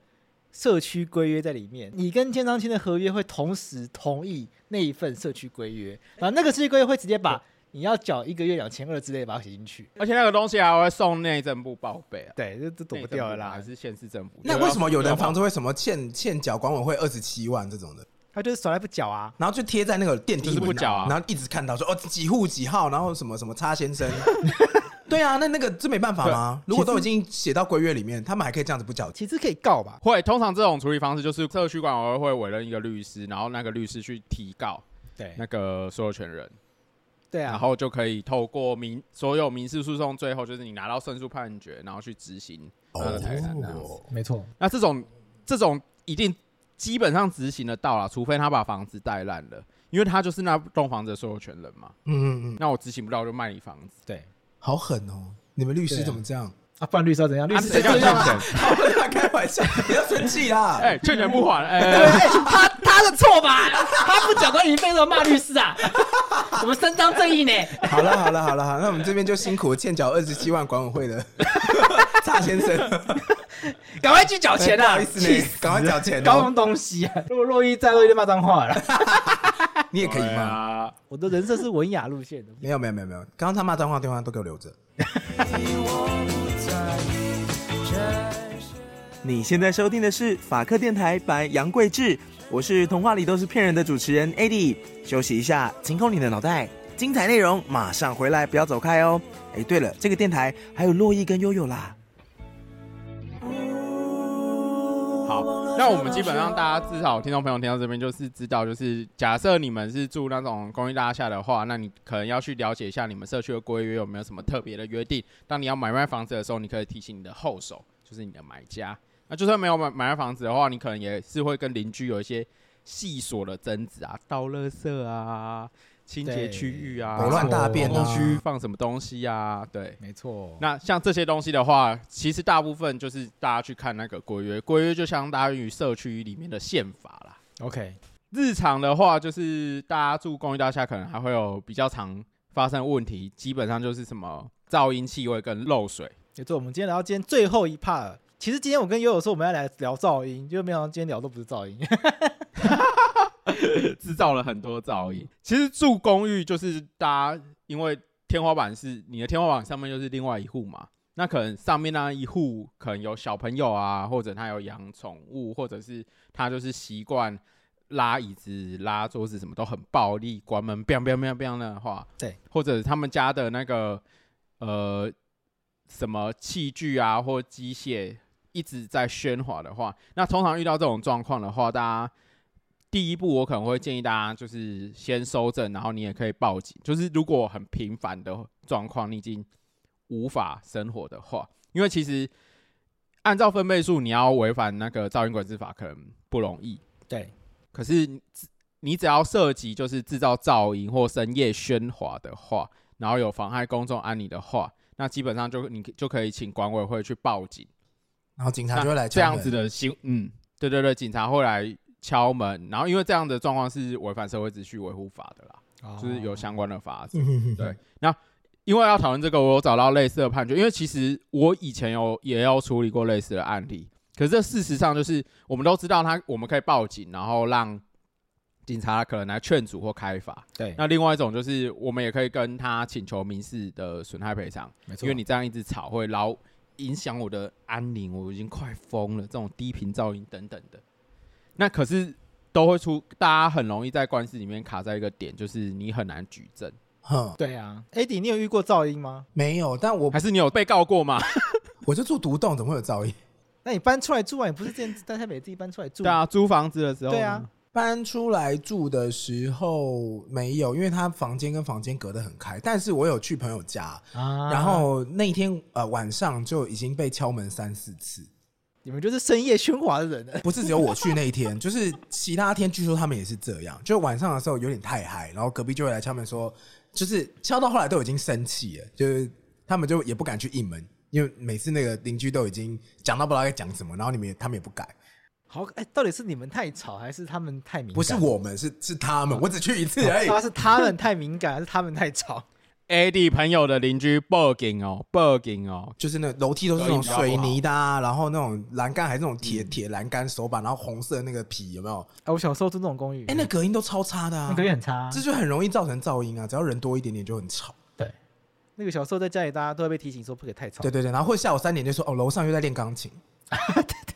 社区规约在里面，你跟建商签的合约会同时同意那一份社区规约，然后那个社区规约会直接把你要缴一个月两千二之类的把它写进去。
而且那个东西啊还会送内政部报备啊，
对，这这躲不掉了
内政部还
啦。
是县市政府？啊
那为什么有人房
子
子为什么欠欠缴管委会二十七万这种的，
他就是耍赖不缴啊，
然后就贴在那个电梯
就是不
门啊
缴啊
然后一直看到说哦几户几号，然后什么什么叉 先生。对啊，那那个这没办法
啊
吗？如果都已经写到规约里面，他们还可以这样子不缴，
其实可以告吧？
会？通常这种处理方式就是社区管委会会委任一个律师，然后那个律师去提告
对
那个所有权人。
对
然
啊，
后就可以透过民所有民事诉讼，最后就是你拿到胜诉判决，然后去执行那个财产这样子。
哦
没错，
那这种这种一定基本上执行得到啦，除非他把房子带烂了，因为他就是那栋房子的所有权人嘛。
嗯嗯嗯，
那我执行不到就卖你房子，
对
好狠哦！你们律
对
师
啊
怎么这样？
啊，不然律师要怎样？律
啊
师
谁叫你
这
欠
样啊
钱？
好啦，开玩笑， 不要生气啊啦。
哎，欠钱不还，
对，
哎，
哎他他的错吧？他不缴管理费都骂律师啊？我们伸张正义呢？
好了好了好了好，那我们这边就辛苦欠缴二十七万管 委会的查先生，哎
赶快去缴钱
不
啊！
好意思
气
呢
死，
赶快缴钱
搞什
哦，
么东西啊？如果洛伊在，洛伊就骂脏话了。
你也可以
对
哎
吗？
啊？
我的人设是文雅路线的，
没有没有没有没有，刚刚他骂脏话的电话都给我留着。
我不在意，真是。
你现在收听的是法克电台白杨贵志，我是童话里都是骗人的主持人 AD。休息一下，清空你的脑袋，精彩内容马上回来，不要走开哦。哎，对了，这个电台还有洛伊跟悠悠啦。
好，那我们基本上大家至少听众朋友听到这边就是知道，就是假设你们是住那种公寓大厦的话，那你可能要去了解一下你们社区的规约有没有什么特别的约定。当你要买卖房子的时候，你可以提醒你的后手，就是你的买家。那就算没有买买卖房子的话，你可能也是会跟邻居有一些细琐的争执啊，倒垃圾啊，清洁区域啊，
我乱大便
哦
公
啊
共区放什么东西啊，对。
没错，
那像这些东西的话，其实大部分就是大家去看那个规约，规约就相当于社区里面的宪法啦。
OK，
日常的话，就是大家住公寓大厦，可能还会有比较常发生的问题，基本上就是什么噪音、气味跟漏水。
也做我们今天聊到今天最后一 part 了。其实今天我跟悠悠说我们要来聊噪音，就没想到今天聊都不是噪 音。
制造了很多噪音。其实住公寓就是大家因为天花板是你的天花板上面就是另外一户嘛，那可能上面那一户可能有小朋友啊，或者他有养宠物，或者是他就是习惯拉椅子、拉桌子什么都很暴力，关门 biang biang biang biang 的话，
对，
或者他们家的那个呃什么器具啊或机械。一直在喧哗的话，那通常遇到这种状况的话，大家第一步，我可能会建议大家就是先收证，然后你也可以报警。就是如果很频繁的状况，你已经无法生活的话，因为其实按照分贝数，你要违反那个噪音管制法可能不容易。
对，
可是你只你只要涉及就是制造噪音或深夜喧哗的话，然后有妨害公众安宁的话，那基本上就你就可以请管委会去报警。
然后警
那
察就会来
这
哎敲
样
门
子的行，嗯，对对对，警察会来敲门，然后因为这样的状况是违反社会秩序维护法的啦，就是有相关的法子。
嗯哼哼
对因为要讨论这个，我有找到类似的判决，因为其实我以前有也有处理过类似的案例，可是这事实上就是我们都知道他，我们可以报警，然后让警察可能来劝阻或开罚。
对，
那另外一种就是我们也可以跟他请求民事的损害赔偿。
没错，
因为你这样一直吵会劳影响我的安宁，我已经快疯了。这种低频噪音等等的，那可是都会出，大家很容易在官司里面卡在一个点，就是你很难举证。
哼，
对啊，AD，你有遇过噪音吗？
没有，但我
还是你有被告过吗？
我就住独栋，怎么会有噪音？
那你搬出来住啊？你不是之前在台北自己搬出来住？
对，啊，租房子的时候，
对啊，，
搬出来住的时候没有，因为他房间跟房间隔得很开。但是我有去朋友家，
啊
然后那天呃晚上就已经被敲门三四次，
你们就是深夜喧哗的人了。
不是只有我去那一天， 就是其他天据说他们也是这样，就晚上的时候有点太嗨，然后隔壁就会来敲门说，就是敲到后来都已经生气了，就是他们就也不敢去应门，因为每次那个邻居都已经讲到不知道该讲什么，然后你们也他们也不改，
好，哎、到底是你们太吵，还是他们太敏感？哦
不是我们是是他们，我只去一次而已。
啊他是他们太敏感，还是他们太吵？
AD 朋友的邻居 bugging 哦，bugging 哦，
就是那楼梯都是那种水泥的、啊，然后那种栏杆还是那种铁铁栏杆手把，然后红色的那个皮有没有？
哎、我小时候住那种公寓，
哎、那隔音都超差的啊，
那个也很差、啊
这。就很容易造成噪音啊，只要人多一点点就很吵。
那个小时候在家里，大家都会被提醒说不可以太吵。
对对对，然后或者下午三点就说哦，楼上又在练钢琴，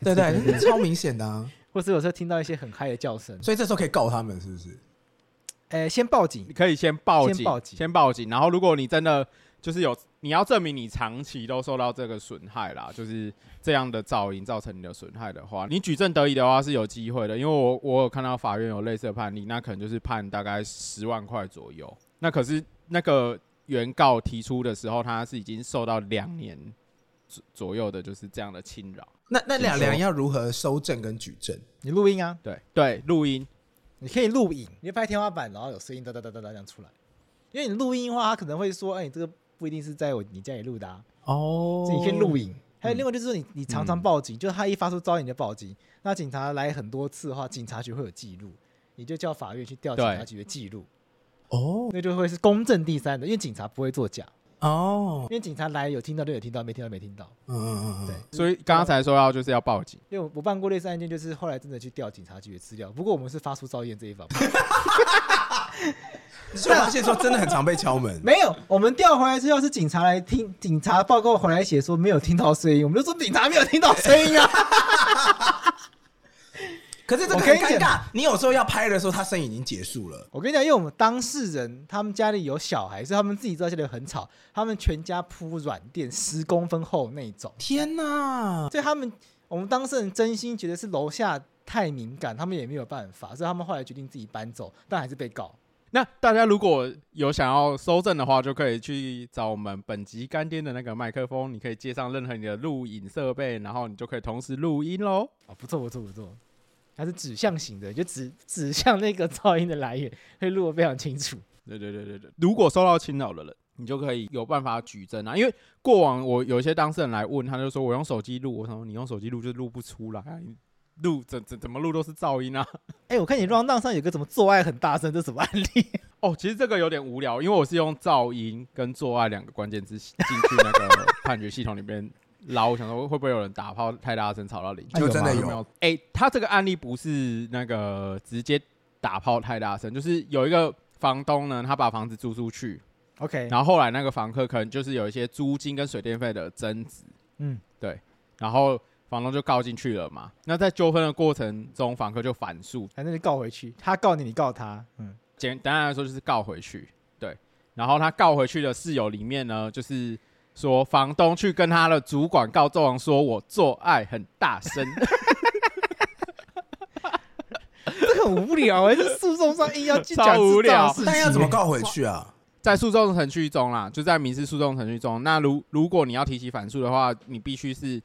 对对对，超明显的啊，
或是有时候听到一些很嗨的叫声，
所以这时候可以告他们是不是？
哎、先报警
你。可以先报警，
先报警
先报警然后如果你真的就是有，你要证明你长期都受到这个损害啦，就是这样的噪音造成你的损害的话，你举证得以的话是有机会的，因为我我有看到法院有类似的判例，那可能就是判大概十万块左右。那可是那个原告提出的时候，他是已经受到两年左左右的，就是这样的侵扰。
那那两两要如何收证跟举证？
你录音啊，
对对，录音
你可以录影，你就拍天花板，然后有声音哒哒哒哒哒这样出来。因为你录音的话，他可能会说，哎、你这个不一定是在我你家里录的、啊，
哦嗯
所以你可以录影。还有另外就是说你你常常报警，就是他一发出噪音你就报警，那警察来很多次的话，警察局会有记录，你就叫法院去调警
对
察局的记录，
哦
那就会是公正第三的，因为警察不会作假，
哦，
因为警察来有听到就有听到，没听到没听到。
嗯嗯嗯，
对
嗯，
所以刚刚才说要就是要报警，
因为我我办过类似案件，就是后来真的去调警察局的资料，不过我们是发出噪音这一方，
你就发现说真的很常被敲门，
没有，我们调回来之后是警察来听，警察报告回来写说没有听到声音，我们就说警察没有听到声音 啊。
可是这个
我
很
跟你
尴尬
讲，
你有时候要拍的时候，他声音已经结束了。
我跟你讲，因为我们当事人他们家里有小孩，所以他们自己知道家里很吵，他们全家铺软垫十公分厚那种，
天哪！
所以他们我们当事人真心觉得是楼下太敏感，他们也没有办法，所以他们后来决定自己搬走，但还是被告。
那大家如果有想要收证的话，就可以去找我们本集干爹的那个麦克风，你可以接上任何你的录影设备，然后你就可以同时录音喽。
哦，不错不错不错，它是指向型的，就指指向那个噪音的来源，会录得非常清楚。
对对对对对，如果受到侵扰的人，你就可以有办法举证啊。因为过往我有一些当事人来问，他就说我用手机录，我想说你用手机录就录不出来啊，你录怎怎怎么录都是噪音啊。
哎、我看你 round down 上有个怎么做爱很大声，这什么案例？
哦，其实这个有点无聊，因为我是用噪音跟做爱两个关键字进去那个判决系统里面捞，想说会不会有人打炮太大声吵到邻居，
就真的
有
有
没有？哎、他这个案例不是那个直接打炮太大声，就是有一个房东呢，他把房子租出去，
OK，
然后后来那个房客可能就是有一些租金跟水电费的争执，
嗯，
对，然后房东就告进去了嘛。那在纠纷的过程中，房客就反诉，
反正就告回去，他告你，你告他，嗯，
简单来说就是告回去，对。然后他告回去的室友里面呢，就是说房东去跟他的主管告状，说我做爱很大声，
这个很无聊哎、这诉讼上硬要去讲
超无
这种
聊
事情
但要怎么 告回去啊？
在诉讼程序中啦，就在民事诉讼程序中。那如如果你要提起反诉的话，你必须是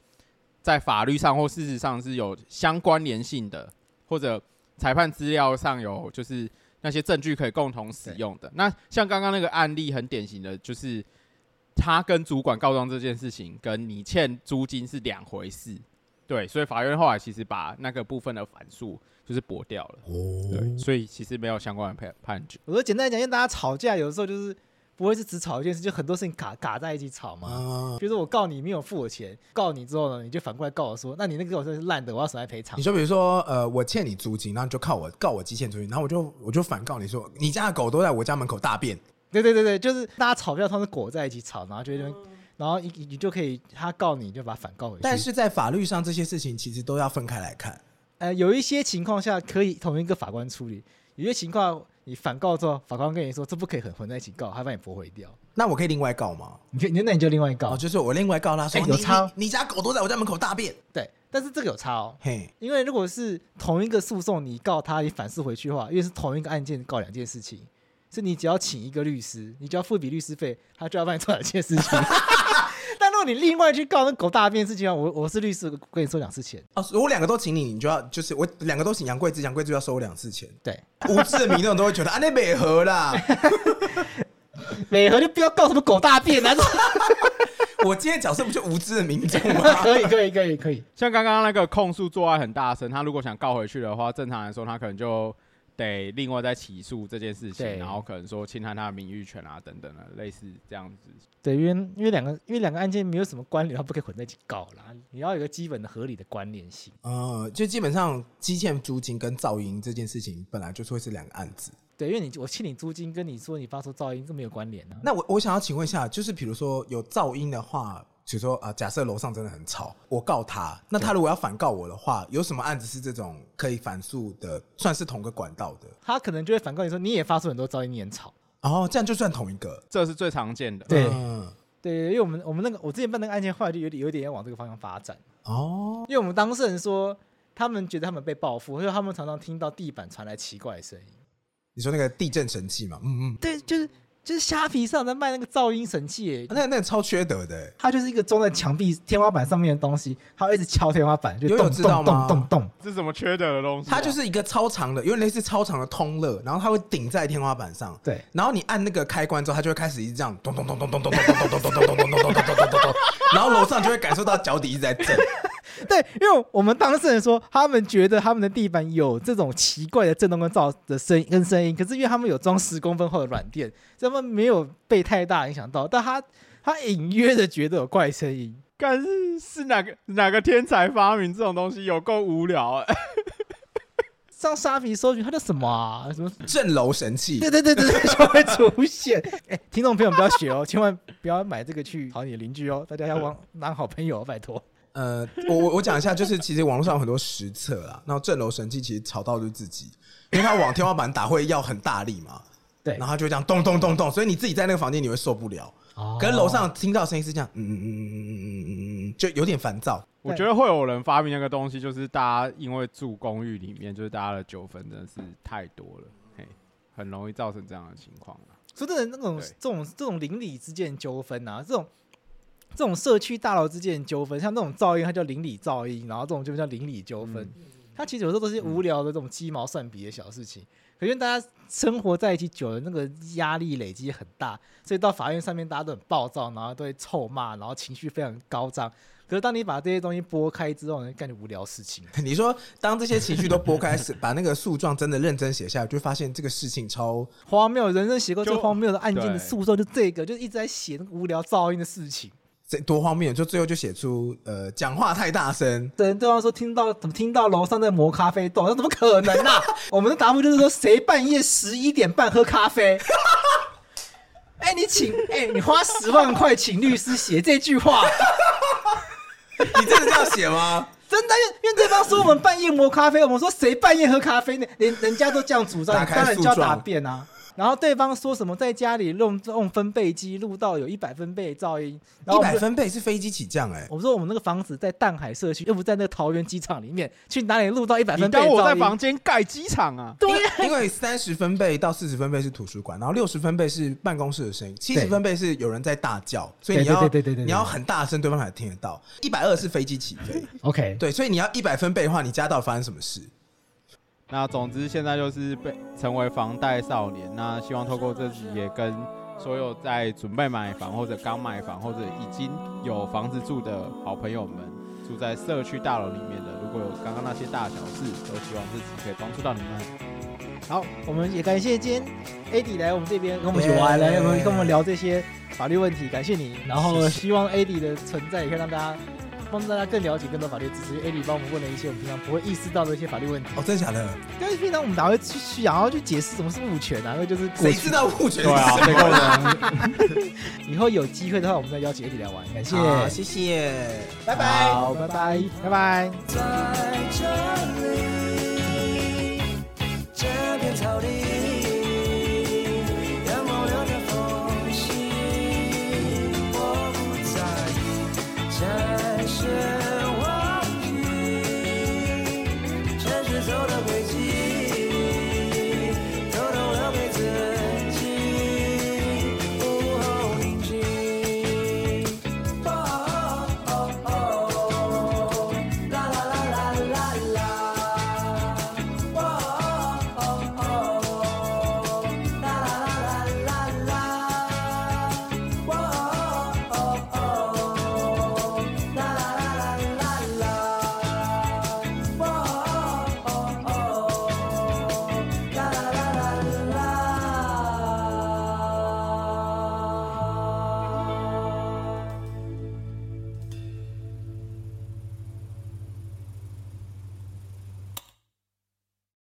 在法律上或事实上是有相关联性的，或者裁判资料上有就是那些证据可以共同使用的。那像刚刚那个案例很典型的就是，他跟主管告状这件事情跟你欠租金是两回事。对，所以法院后来其实把那个部分的反诉就是驳掉了。
哦
对，所以其实没有相关的判判决。
我说简单来讲，因为大家吵架有的时候就是不会是只吵一件事，就很多事情卡卡在一起吵嘛。
啊，
比如说我告你没有付我钱，告你之后呢，你就反过来告我说，那你那个给我说是烂的，我要损害赔偿
你。就比如说，呃，我欠你租金，然后你就靠我告我积欠租金，然后我就我就反告你说，你家的狗都在我家门口大便，
对对对对，就是大家吵架，他们裹在一起吵，然后就会在那边然后你你你就可以他告你，你就把他反告回去。
但是在法律上这些事情其实都要分开来看。
哎、呃，有一些情况下可以同一个法官处理，有些情况你反告之后，法官跟你说这不可以很混在一起告，他把你驳回掉。
那我可以另外告吗？
你可以，那你就另外告。
哦，就是我另外告他说，
哎
你
有差
你你家狗都在我家门口大便，
对，但是这个有差哦，
嘿，
因为如果是同一个诉讼，你告他，你反诉回去的话，因为是同一个案件告两件事情，是你只要请一个律师，你只要付一笔律师费，他就要帮你做两件事 情。 但如果你另外去告那狗大便的事情啊，我我是律师，我跟你说两次钱，
哦，我两个都请你，你就要就是我两个都请杨贵枝，杨贵枝就要收我两次钱。
对，
无知的民众都会觉得啊，那美和啦，
美和就不要告什么狗大便啊，
我今天角色不就无知的民众 吗？
可以可以可以可以，
像刚刚那个控诉做爱很大声，他如果想告回去的话，正常来说他可能就得另外再起诉这件事
对
情，然后可能说侵害他的名誉权啊等等的，类似这样子。
对，因为因为两个因为两个案件没有什么关联，它不可以混在一起告啦，你要有一个基本的合理的关联性。
呃，就基本上积欠租金跟噪音这件事情本来就是会是两个案子。
对，因为你我欠你租金，跟你说你发出噪音，这没有关联啊。
那我我想要请问一下，就是比如说有噪音的话，比如说啊、假设楼上真的很吵，我告他，那他如果要反告我的话，有什么案子是这种可以反诉的，算是同个管道的？
他可能就会反告你说你也发出很多噪音，你很吵。
哦，这样就算同一个。
这是最常见的。
对
嗯
对，因为我们我们那个我之前办那个案件，后来就有点有点要往这个方向发展，
哦，
因为我们当事人说他们觉得他们被报复，所以他们常常听到地板传来奇怪的声音。
你说那个地震神器嘛，嗯嗯，
对，就是就是虾皮上在卖那个噪音神器耶，
那那个超缺德的欸，
它就是一个装在墙壁天花板上面的东西，它会一直敲天花板，就
有有
咚
知道
咚
吗
咚咚咚。
这是什么缺德的东西啊、
它就是一个超长的，有点类似超长的通乐，然后它会顶在天花板上。
对，
然后你按那个开关之后，它就会开始一直这样咚咚咚咚咚咚咚咚咚咚咚咚咚咚咚咚咚咚咚，然后楼上就会感受到脚底一直在震。
对，因为我们当事人说，他们觉得他们的地板有这种奇怪的震动跟噪的声音跟声音，可是因为他们有装十公分厚的软垫，所以他们没有被太大影响到，但他他隐约的觉得有怪声音。
干是是哪个哪个天才发明这种东西，有够无聊、啊。
上沙皮搜寻它叫什么啊？什么？
震楼神器
对，对对对，对就会出现。哎，听众朋友不要学哦，千万不要买这个去吵你的邻居哦，大家要往当好朋友哦，拜托。
呃，我我我讲一下，就是其实网络上有很多实测啦，然后震楼神器其实吵到就是自己，因为它往天花板打会要很大力嘛，
对
然后它就会这样咚咚咚咚，所以你自己在那个房间你会受不了，可是楼上听到声音是这样，嗯嗯嗯嗯嗯嗯嗯嗯嗯，就有点烦躁。
我觉得会有人发明那个东西，就是大家因为住公寓里面，就是大家的纠纷真的是太多了，嘿，很容易造成这样的情况啊。
说真的，那种
对
这种这种邻里之间的纠纷啊，这种这种社区大楼之间的纠纷，像那种噪音，它叫邻里噪音，然后这种就叫邻里纠纷。
嗯
它其实有时候都是无聊的这种鸡毛蒜皮的小事情，可是大家生活在一起久了，那个压力累积很大，所以到法院上面大家都很暴躁，然后都会臭骂，然后情绪非常高涨。可是当你把这些东西拨开之后呢，干就无聊事情。
你说，当这些情绪都拨开时，把那个诉状真的认真写下来，就会发现这个事情超
荒谬人生写过最
就
荒谬的案件的
对
诉讼就这个，就一直在写那个无聊噪音的事情。
这多荒谬，就最后就写出呃，讲话太大声，
对对方说听到怎么听到楼上在磨咖啡豆，那怎么可能 啊？我们的答复就是说，谁半夜十一点半喝咖啡？哎、你请哎、你花十万块请律师写这句话，
你真的这样写吗？
真的，因为因为对方说我们半夜磨咖啡，我们说谁半夜喝咖啡呢？连人家都这样主张，
打
你
开
当然就要
诉状
答辩啊。然后对方说什么在家里用用分贝机录到有一百分贝的噪音， 然后我
一
们
百
就
分贝是飞机起降哎、
我们说我们那个房子在淡海社区，又不在那个桃园机场里面，去哪里录到一百
你
分贝的
当
噪音？
我在房间盖机场啊？
对呀、
因为三十分贝到四十分贝是图书馆，然后六十分贝是办公室的声音，七
对
十分贝是有人在大叫，所以你
对
要
对对对对对
你要很大声，对方才听得到。一百二是飞机起飞，
OK，
对，所以你要一百分贝的话，你家到底发生什么事？
那总之现在就是被成为房贷少年。那希望透过这集也跟所有在准备买房或者刚买房或者已经有房子住的好朋友们，住在社区大楼里面的，如果有刚刚那些大小事，都希望自己可以帮助到你们。
好，我们也感谢今天 AD 来我们这边跟我们一起玩，来我们跟我们聊这些法律问题，感谢你。然后希望 AD 的存在也可以让大家帮助大家更了解更多法律知识。AD 帮我们问了一些我们平常不会意识到的一些法律问题，
哦，真的假的？
但是平常我们哪会去去然后去解释什么是物权啊？那就是过
谁
去
知道物权是
对 啊，
什
这
么？
个人
以后有机会的话，我们再邀请 AD 来玩。感谢，
好，谢谢，拜拜。
好，拜拜，拜拜。
在这里。Oh, Oh, Oh,